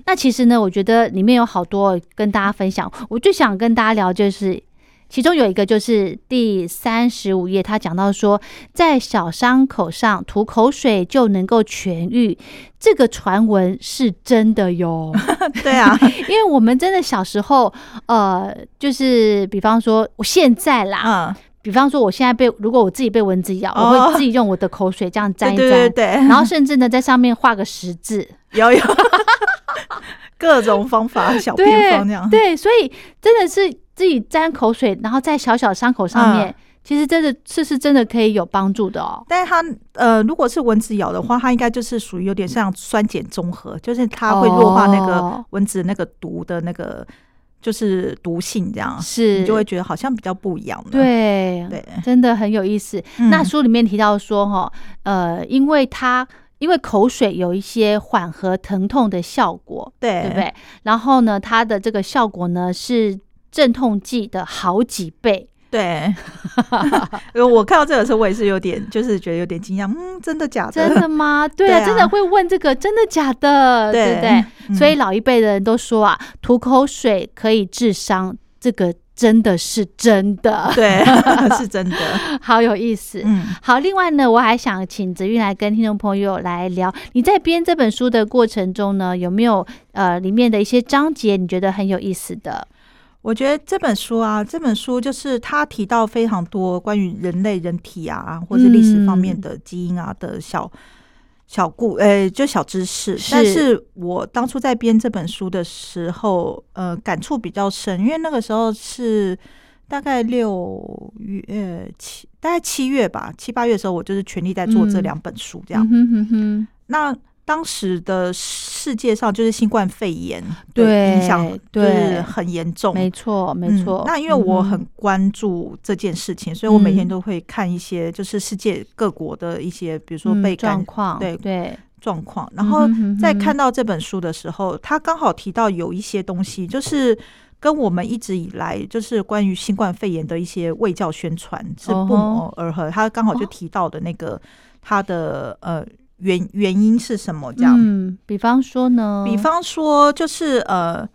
S2: 那其实呢，我觉得里面有好多跟大家分享，我最想跟大家聊就是。其中有一个就是第三十五页，他讲到说，在小伤口上涂口水就能够痊愈，这个传闻是真的 哟。
S3: 对 啊，
S2: 因为我们真的小时候，呃，就是比方说，我现在啦，
S3: 嗯，
S2: 比方说，我现在被如果我自己被蚊子咬，
S3: 哦
S2: 我会自己用我的口水这样沾
S3: 对
S2: 一
S3: 对
S2: 沾，
S3: 对对，
S2: 然后甚至呢在上面画个十字。
S3: 有有 各种方法，小偏方那样。
S2: 对，所以真的是自己沾口水，然后在小小伤口上
S3: 嗯
S2: 面，其实真的这是真的可以有帮助的哦。
S3: 但是它呃，如果是蚊子咬的话，它应该就是属于有点像酸碱中和，就是它会弱化那个
S2: 哦
S3: 蚊子那个毒的那个就是毒性这样，
S2: 是，
S3: 嗯你就会觉得好像比较不一样的。
S2: 对
S3: 对，
S2: 真的很有意思。
S3: 嗯
S2: 那书里面提到说，哈，呃，因为它因为口水有一些缓和疼痛的效果，
S3: 对
S2: 对不对？然后呢，它的这个效果呢是镇痛剂的好几倍。
S3: 对，呃 我看到这个时候，我也是有点，就是觉得有点惊讶，嗯，真的假的？
S2: 真的吗？对
S3: 对
S2: 啊，
S3: 啊
S2: 真的会问这个，真的假的？对
S3: 对
S2: 不对？
S3: 嗯
S2: 所以老一辈的人都说啊，吐口水可以治伤，这个真的是真的，
S3: 对， 是真的。
S2: 好有意思。
S3: 嗯，
S2: 好，另外呢，我还想请子韵来跟听众朋友来聊，你在编这本书的过程中呢，有没有呃里面的一些章节你觉得很有意思的？
S3: 我觉得这本书啊，这本书就是他提到非常多关于人类人体啊，或是历史方面的基因啊的小。小故呃、就小知识，
S2: 是
S3: 但是我当初在编这本书的时候，呃，感触比较深，因为那个时候是大概六月呃七，大概七月吧，七八月的时候，我就是全力在做这
S2: 嗯
S3: 两本书，这样。
S2: 嗯哼哼哼，
S3: 那当时的世界上就是新冠肺炎的
S2: 对
S3: 影响，就是
S2: 对
S3: 很严重。
S2: 没错，没错
S3: 嗯。那因为我
S2: 嗯哼
S3: 很关注这件事情，所以我每天
S2: 嗯
S3: 都会看一些就是世界各国的一些，比如说
S2: 嗯
S3: 被
S2: 状
S3: 感
S2: 况，
S3: 对
S2: 对，
S3: 状况。然后
S2: 嗯哼
S3: 在看，到这本书的时候，他刚好提到有一些东西，就是跟我们一直以来就是关于新冠肺炎的一些卫教宣传是
S2: 哦吼
S3: 不谋而合。他刚好就
S2: 哦
S3: 提到的那个他的呃原原因是什么
S2: 嗯
S3: 这样
S2: 哼。嗯，比方说呢，
S3: 比方说，就是呃，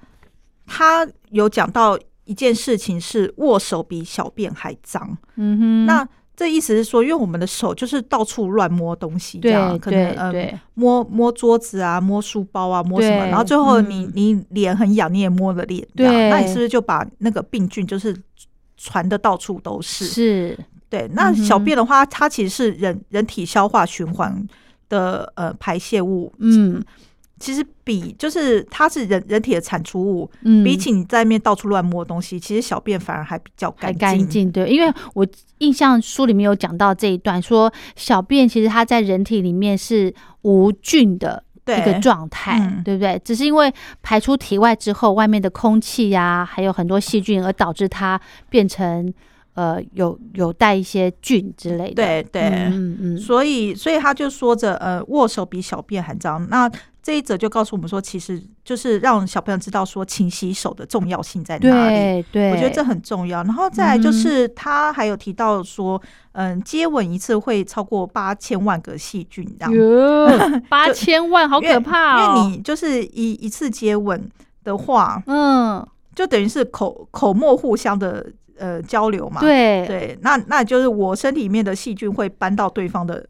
S3: 他有讲到一件事情是握手比小便还脏。
S2: 嗯哼，
S3: 那这意思是说，因为我们的手就是到处乱摸东西，这样
S2: 对
S3: 可能
S2: 对
S3: 呃
S2: 对，
S3: 摸摸桌子啊，摸书包啊，摸什么，
S2: 对
S3: 然后最后你、
S2: 嗯
S3: 你脸很痒，你也摸了脸，
S2: 对
S3: 这样，那你是不是就把那个病菌就是传的到处都是？
S2: 是
S3: 对，那
S2: 嗯哼
S3: 小便的话，它其实是人人体消化循环的呃排泄物，
S2: 嗯
S3: 其实比就是它是人人体的产出物，
S2: 嗯，
S3: 比起你在面到处乱摸的东西，其实小便反而还比较
S2: 还
S3: 干
S2: 干
S3: 净。
S2: 净，对，因为我印象书里面有讲到这一段，说小便其实它在人体里面是无菌的一个
S3: 对，
S2: 状态，
S3: 嗯
S2: 对不对？只是因为排出体外之后，外面的空气呀、还有很多细菌，而导致它变成呃有有带一些菌之类的。
S3: 对对。
S2: 嗯嗯嗯，
S3: 所以，所以他就说着，呃，握手比小便还脏。那这一则就告诉我们说，其实就是让小朋友知道说，勤洗手的重要性在哪里。
S2: 对对，
S3: 我觉得这很重要。然后再来就是，他还有提到说，嗯，接吻一次会超过八千万个细菌，这样，
S2: 哟八千万，好
S3: 因为
S2: 可怕哦！
S3: 因为你就是一一次接吻的话，
S2: 嗯，
S3: 就等于是口口沫互相的呃交流嘛。
S2: 对
S3: 对，那那就是我身体里面的细菌会搬到对方的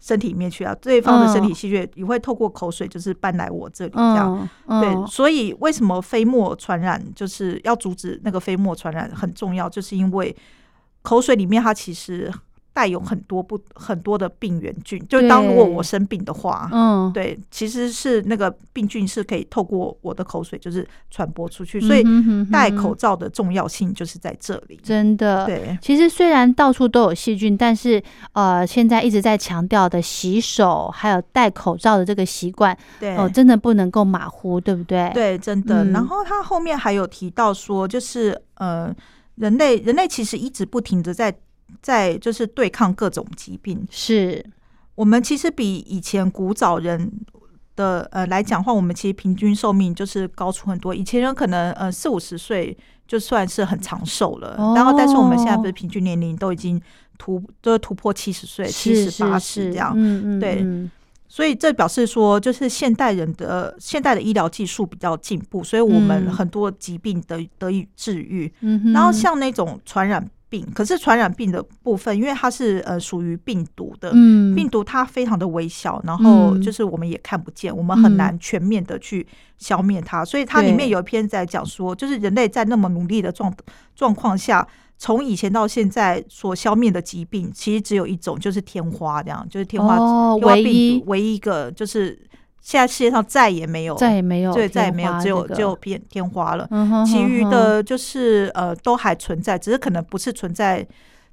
S3: 身体里面去啊，对方的身体细菌也会透过口水就是搬来我这里这样。
S2: 嗯嗯
S3: 对，
S2: 嗯，
S3: 所以为什么飞沫传染就是要阻止那个飞沫传染很重要，就是因为口水里面它其实带有很多不很多的病原菌，就当如果我生病的话。
S2: 嗯，
S3: 对，其实是那个病菌是可以透过我的口水就是传播出去，所以
S2: 嗯哼哼哼呃
S3: 戴口罩的重要性就是在这里。
S2: 真的。
S3: 对，
S2: 其实虽然到处都有细菌，但是呃，现在一直在强调的洗手还有戴口罩的这个习惯，
S3: 对，
S2: 哦，真的不能够马虎，对不对？，
S3: 对，真的。
S2: 嗯
S3: 然后他后面还有提到说，就是呃，人类人类其实一直不停的在在就是对抗各种疾病。
S2: 是，
S3: 我们其实比以前古早人的呃来讲话，我们其实平均寿命就是高出很多。以前人可能呃四五十岁就算是很长寿了，然后但是我们现在不是
S2: 哦
S3: 平均年龄都已经突都突破七十岁、七
S2: 是
S3: 十八
S2: 是
S3: 十
S2: 是，
S3: 这样。
S2: 嗯嗯，
S3: 对
S2: 嗯
S3: 所以这表示说，就是现代人的呃现代的医疗技术比较进步，所以我们
S2: 嗯
S3: 很多疾病得得以治愈。
S2: 嗯哼，
S3: 然后像那种传染病，可是传染病的部分，因为它是呃属于病毒的。
S2: 嗯
S3: 病毒它非常的微小，然后
S2: 嗯
S3: 就是我们也看不见，我们很
S2: 嗯
S3: 难全面的去消灭它。所以它里面
S2: 对
S3: 有一篇在讲说，就是人类在那么努力的状状况下，从以前到现在所消灭的疾病，其实只有一种，就是天花，这样就是天花
S2: 哦，
S3: 天花
S2: 唯
S3: 病
S2: 一
S3: 毒唯一一个就是现在世界上再也没有，
S2: 再也没有，
S3: 对，再也没有，只有只有，变天花了。
S2: 嗯哼，
S3: 其
S2: 哼
S3: 余
S2: 哼
S3: 的就是呃都还存在，只是可能不是存在，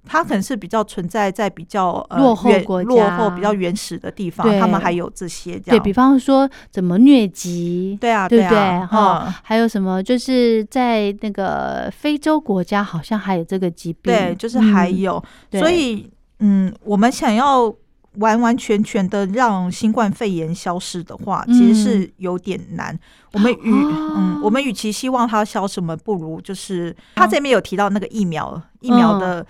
S3: 它可能是比较存在在比较呃
S2: 落后
S3: 原
S2: 国家
S3: 落后比较原始的地方
S2: 对，
S3: 他们还有这些这
S2: 对
S3: 样。
S2: 比方说怎么疟疾，
S3: 对啊，
S2: 对不对
S3: 啊，
S2: 哈
S3: 嗯
S2: 还有什么？就是在那个非洲国家，好像还有这个疾病，
S3: 对，就是还
S2: 嗯
S3: 有，
S2: 对
S3: 所以嗯，我们想要完完全全的让新冠肺炎消失的话，
S2: 嗯
S3: 其实是有点难。我们与、
S2: 哦
S3: 嗯，我们与其希望它消失，我们不如就是
S2: 嗯
S3: 他这边有提到那个疫苗，疫苗的，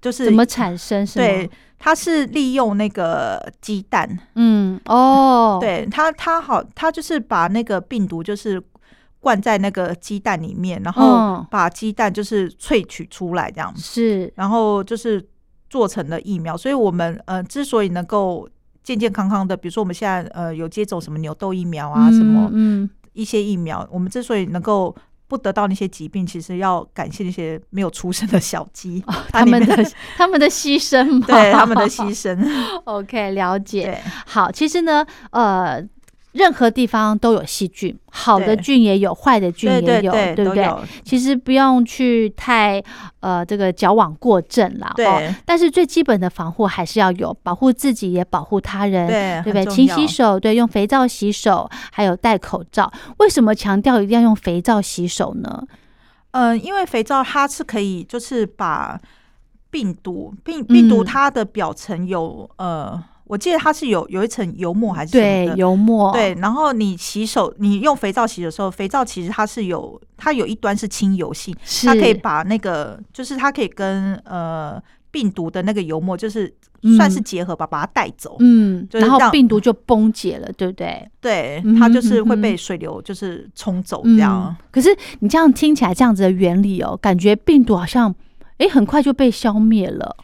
S3: 就是
S2: 怎么产生？是吗
S3: 对，，它是利用那个鸡蛋，
S2: 嗯，哦，，
S3: 对它它好，它就是把那个病毒就是。灌在那个鸡蛋里面，然后
S2: 嗯
S3: 把鸡蛋就是萃取出来，这样
S2: 是，
S3: 然后就是做成了疫苗。所以我们呃之所以能够健健康康的，比如说我们现在呃有接种什么牛痘疫苗啊，什么
S2: 嗯， 嗯
S3: 一些疫苗，我们之所以能够。不得到那些疾病，其实要感谢那些没有出生的小鸡，它
S2: 哦他
S3: 里
S2: 们
S3: 面
S2: 的 他们的牺牲嘛，
S3: 对他们的牺牲，
S2: ，OK，了解。
S3: 对
S2: 好，其实呢，呃。任何地方都有细菌，好的
S3: 对
S2: 菌也有，坏的菌
S3: 对
S2: 也
S3: 对
S2: 有，
S3: 对，
S2: 不
S3: 都
S2: 对？
S3: 有
S2: 其实不用去太呃这个矫枉过正啦。哦，
S3: 对
S2: 但是最基本的防护还是要有，保护自己也保护他人。
S3: 对
S2: 嗯对不对？
S3: 很重
S2: 勤洗
S3: 要
S2: 手，对，用肥皂洗手，还有戴口罩。为什么强调一定要用肥皂洗手呢？
S3: 嗯，因为肥皂它是可以就是把病毒病病毒
S2: 嗯
S3: 它的表层有呃，我记得它是有有一层油墨还是什么
S2: 对
S3: 的，，
S2: 油墨，
S3: 对，然后你洗手，你用肥皂洗的时候，肥皂其实它是有它有一端是清油性，
S2: 是，
S3: 它可以把那个就是它可以跟呃病毒的那个油墨就是
S2: 嗯
S3: 算是结合吧，把它带走。
S2: 嗯，
S3: 就是
S2: 然后
S3: 让
S2: 病毒就崩解了，对不对？
S3: 对
S2: 嗯，
S3: 它
S2: 哼
S3: 就是
S2: 嗯
S3: 会
S2: 哼
S3: 被水流就是冲走这
S2: 嗯
S3: 样。，
S2: 可是你这样听起来，这样子的原理哦，感觉病毒好像，诶，很快就被消灭了。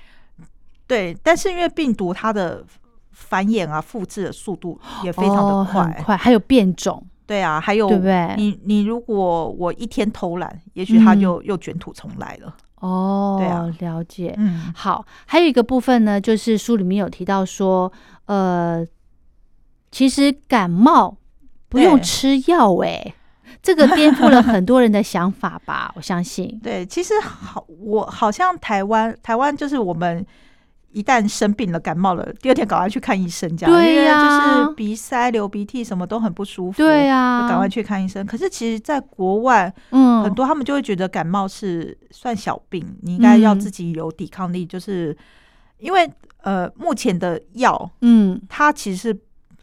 S3: 对，但是因为病毒它的繁衍啊、复制的速度也非常
S2: 哦
S3: 的
S2: 很
S3: 快，
S2: 快，还有变种，
S3: 对啊，还有
S2: 对不对？
S3: 你你如果我一天偷懒，也许它
S2: 嗯
S3: 就又卷土重来了。
S2: 哦，
S3: 对啊
S2: 了解。
S3: 嗯，
S2: 好，还有一个部分呢，就是书里面有提到说，呃，其实感冒不用
S3: 对
S2: 吃药哎、这个颠覆了很多人的想法 吧？我相信，
S3: 对，其实好，我好像台湾，台湾就是我们一旦生病了、感冒了，第二天赶快去看医生，这样，
S2: 对
S3: 因为
S2: 呀
S3: 就是鼻塞、流鼻涕什么都很不舒服，
S2: 对
S3: 就
S2: 啊，
S3: 赶快去看医生。可是其实，在国外、
S2: 嗯，
S3: 很多他们就会觉得感冒是算小病，你应该要
S2: 嗯
S3: 自己有抵抗力，就是因为呃，目前的药
S2: 嗯，
S3: 它其实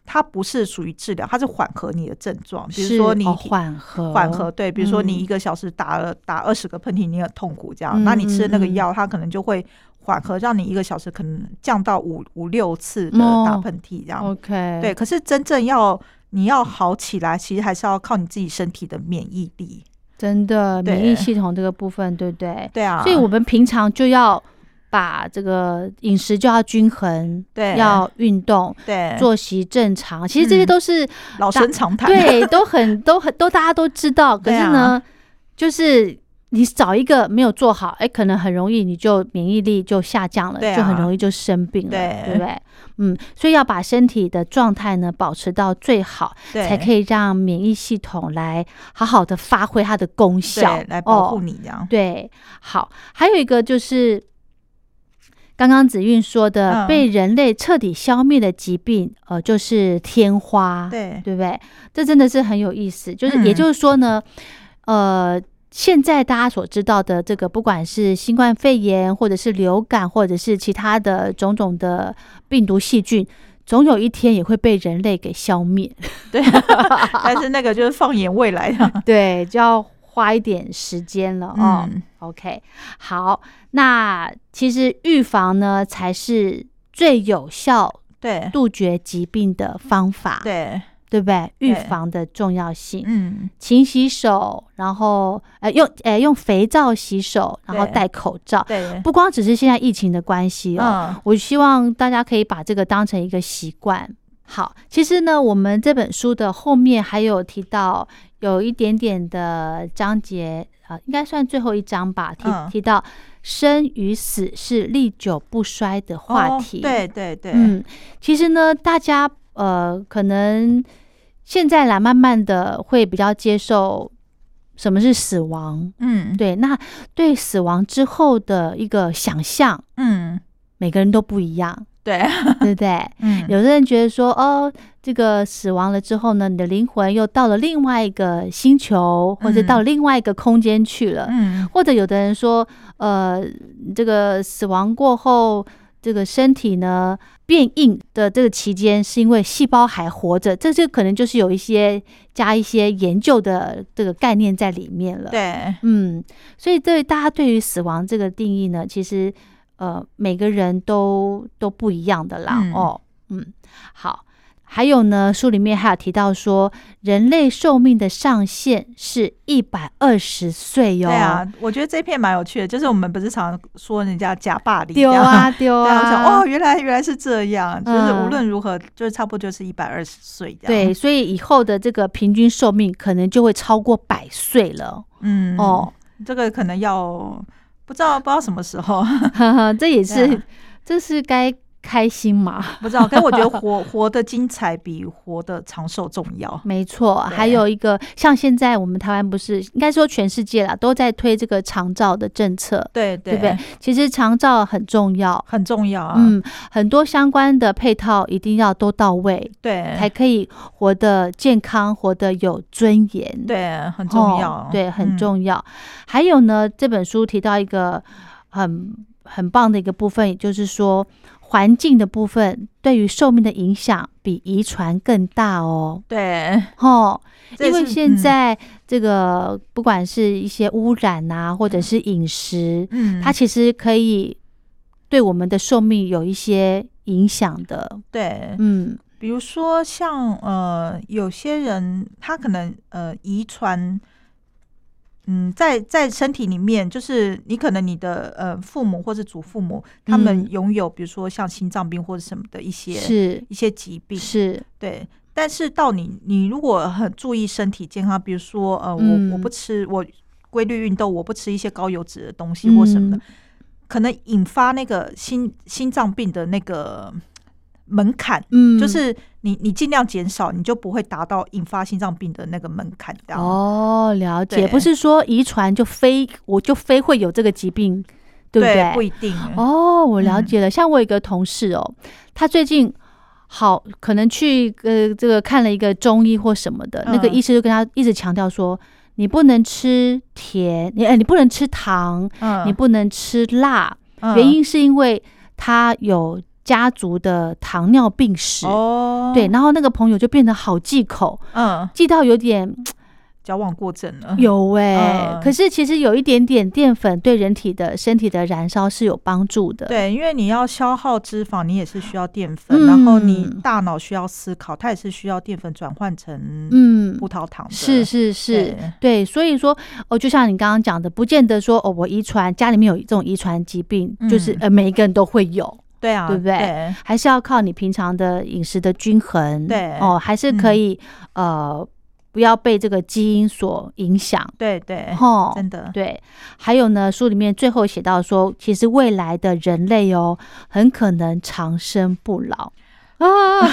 S3: 它不是属于治疗，它是缓和你的症状，比
S2: 是
S3: 如说你
S2: 哦缓和
S3: 缓和，对，比如说你
S2: 嗯
S3: 一个小时打了打二十个喷嚏，你很痛苦这样，
S2: 嗯
S3: 那你吃的那个
S2: 嗯嗯
S3: 药，它可能就会缓和，让你一个小时可能降到五五六次的
S2: 哦
S3: 打喷嚏这样。
S2: ，OK，
S3: 对，可是真正要你要好起来，其实还是要靠你自己身体的免疫力。
S2: 真的
S3: 对
S2: 免疫系统这个部分，对不对？
S3: 对啊，
S2: 所以我们平常就要把这个饮食就要均衡，
S3: 对
S2: 要运动，
S3: 对
S2: 作息正常。其实这些
S3: 嗯
S2: 都是、
S3: 老生常谈，
S2: 对，都很都很都大家都知道。可
S3: 对
S2: 是
S3: 啊
S2: 呢，就是你找一个没有做好，哎、可能很容易你就免疫力就下降了，
S3: 对啊
S2: 就很容易就生病了，
S3: 对
S2: 不对？嗯，所以要把身体的状态呢保持到最好，
S3: 对
S2: 才可以让免疫系统来好好的发挥它的功效
S3: 对，来保护
S2: 哦
S3: 你这样。
S2: 对，好，还有一个就是刚刚子韵说的，
S3: 嗯
S2: 被人类彻底消灭的疾病，呃，就是天花，
S3: 对
S2: 对不对？这真的是很有意思，就是、也
S3: 嗯
S2: 就是说呢，呃。现在大家所知道的这个，不管是新冠肺炎，或者是流感，或者是其他的种种的病毒细菌，总有一天也会被人类给消灭。
S3: 对，但是那个就是放眼未 来的，
S2: 对，就要花一点时间了哦。
S3: 啊嗯，
S2: OK，好，那其实预防呢才是最有效
S3: 对
S2: 杜绝疾病的方法，
S3: 对，
S2: 对不对？预
S3: 对
S2: 防的重要性，
S3: 嗯，
S2: 勤洗手，然后呃用呃用肥皂洗手，然后
S3: 对
S2: 戴口罩，
S3: 对，
S2: 不光只是现在疫情的关系哦，
S3: 嗯，
S2: 我希望大家可以把这个当成一个习惯。好，其实呢，我们这本书的后面还有提到有一点点的章节啊、呃应该算最后一章吧，提、
S3: 嗯
S2: 提到生与死是历久不衰的话
S3: 哦
S2: 题。
S3: 对对对，
S2: 嗯，其实呢，大家呃，可能现在来慢慢的会比较接受什么是死亡，
S3: 嗯，
S2: 对，那对死亡之后的一个想象，
S3: 嗯，
S2: 每个人都不一 样。
S3: 对，
S2: 对不对？
S3: 嗯，
S2: 有的人觉得说，哦，这个死亡了之后呢，你的灵魂又到了另外一个星球，或者
S3: 嗯
S2: 到另外一个空间去了。
S3: 嗯，
S2: 或者有的人说，呃，这个死亡过后，这个身体呢变硬的这个期间，是因为细胞还活着，这就可能就是有一些加一些研究的这个概念在里面了。
S3: 对，
S2: 嗯，所以对大家对于死亡这个定义呢，其实呃每个人都都不一样的啦、
S3: 嗯
S2: 哦，嗯，好，还有呢，书里面还有提到说，人类寿命的上限是一百二十岁哟，
S3: 对啊，我觉得这篇蛮有趣的，就是我们不是常说人家假霸凌，
S2: 丢 啊丢
S3: 对啊，我想
S2: 啊，
S3: 哦，原来原来是这样，就是
S2: 嗯
S3: 无论如何，就是差不多就是一百二十岁这样。
S2: 对，，所以以后的这个平均寿命可能就会超过百岁了、
S3: 嗯，
S2: 哦，
S3: 这个可能要不知道不知道什么时候，
S2: 呵呵，这也
S3: 对啊
S2: 是，这是该开心嘛。
S3: 不知道。但我觉得活活的精彩比活的长寿重要。
S2: 没错，
S3: 对啊
S2: 还有一个像现在我们台湾不是，应该说全世界啦，都在推这个长照的政策，
S3: 对
S2: 对
S3: 对
S2: 不对？其实长照很重要，
S3: 很重要啊。，
S2: 嗯，很多相关的配套一定要都到位，才
S3: 对，
S2: 可以活得健康，活得有尊严，
S3: 对，很
S2: 哦，
S3: 重要。
S2: 对，很
S3: 嗯。
S2: 重要。还有呢，这本书提到一个很很棒的一个部分，也就是说环境的部分对于寿命的影响比遗传更大哦，
S3: 对，
S2: 哦。
S3: 这
S2: 因为
S3: 是嗯
S2: 现，在这个不管是一些污染啊，或者是饮食，
S3: 嗯，嗯
S2: 它其实可以对我们的寿命有一些影响的。
S3: 对，
S2: 嗯，
S3: 比如说像呃，有些人他可能呃遗传，嗯，在在身体里面，就是你可能你的呃父母或是祖父母，他们
S2: 嗯
S3: 拥有比如说像心脏病或者什么的一些
S2: 是
S3: 一些疾病，
S2: 是，
S3: 对。但是到你你如果很注意身体健康，比如说呃，
S2: 嗯
S3: 我我不吃我规律运动，我不吃一些高油脂的东西或什么的，
S2: 嗯
S3: 可能引发那个心心脏病的那个门槛，
S2: 嗯，
S3: 就是你你尽量减少，你就不会达到引发心脏病的那个门槛。这样
S2: 哦，了解，
S3: 对
S2: 不是说遗传就非我就非会有这个疾病，对不
S3: 对
S2: 对？
S3: 不一定。
S2: 哦，我了
S3: 嗯
S2: 解了。像我有一个同事哦，他最近好可能去呃这个看了一个中医或什么的，那个
S3: 嗯
S2: 医师就跟他一直强调说，你不能吃甜，你呃你不能吃糖，
S3: 嗯
S2: 你不能吃辣，
S3: 嗯
S2: 原因是因为他有家族的糖尿病史。
S3: 哦，
S2: 对，，然后那个朋友就变得好忌口，
S3: 嗯，
S2: 忌到有点
S3: 矫枉过正了。
S2: 有哎、
S3: 嗯
S2: 可是其实有一点点淀粉对人体的身体的燃烧是有帮助的。
S3: 对，因为你要消耗脂肪，你也是需要淀粉，
S2: 嗯
S3: 然后你大脑需要思考，它也是需要淀粉转换成
S2: 嗯，
S3: 葡萄糖的。
S2: 是是是，
S3: 对，
S2: 对，所以说哦，就像你刚刚讲的，不见得说哦，我遗传家里面有这种遗传疾病，就是
S3: 嗯
S2: 呃每一个人都会有，
S3: 对啊，
S2: 对不对
S3: 对？
S2: 还是要靠你平常的饮食的均衡，
S3: 对
S2: 哦，还是可以、呃不要被这个基因所影响，
S3: 对对，
S2: 哦。
S3: 真的，
S2: 对，还有呢，书里面最后写到说，其实未来的人类哦，很可能长生不老啊！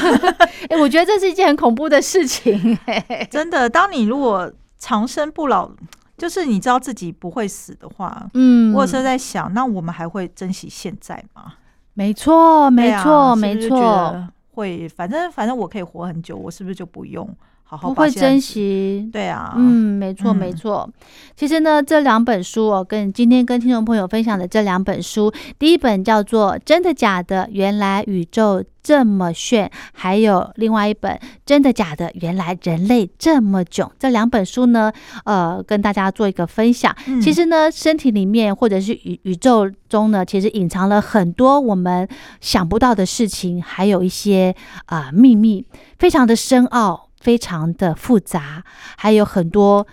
S2: 哎、我觉得这是一件很恐怖的事情、哎，
S3: 真的。当你如果长生不老，就是你知道自己不会死的话，
S2: 嗯，
S3: 我有时候在想，那我们还会珍惜现在吗？
S2: 没错，没
S3: 对啊
S2: 错，
S3: 是不
S2: 没
S3: 是
S2: 错，
S3: 觉得会，反正反正我可以活很久，我是不是就不用好好
S2: 不
S3: 把
S2: 会
S3: 现在
S2: 珍
S3: 自？
S2: 惜。
S3: 对啊，
S2: 嗯，没错，
S3: 嗯
S2: 没错。其实呢，这两本书哦，跟今天跟听众朋友分享的这两本书，第一本叫做《真的假的？原来宇宙这么炫》，还有另外一本《真的假的？原来人类这么囧》。这两本书呢，呃，跟大家做一个分享。
S3: 嗯
S2: 其实呢，身体里面或者是宇宇宙中呢，其实隐藏了很多我们想不到的事情，还有一些啊、呃秘密，非常的深奥，非常的复杂，还有很多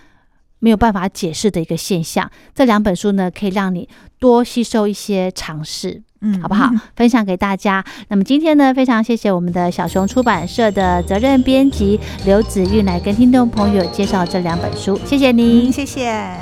S2: 没有办法解释的一个现象。这两本书呢，可以让你多吸收一些常识。
S3: 嗯
S2: 好不 好？分享给大家。那么今天呢，非常谢谢我们的小熊出版社的责任编辑刘子韵来跟听众朋友介绍这两本书，谢谢您。
S3: 嗯，谢谢。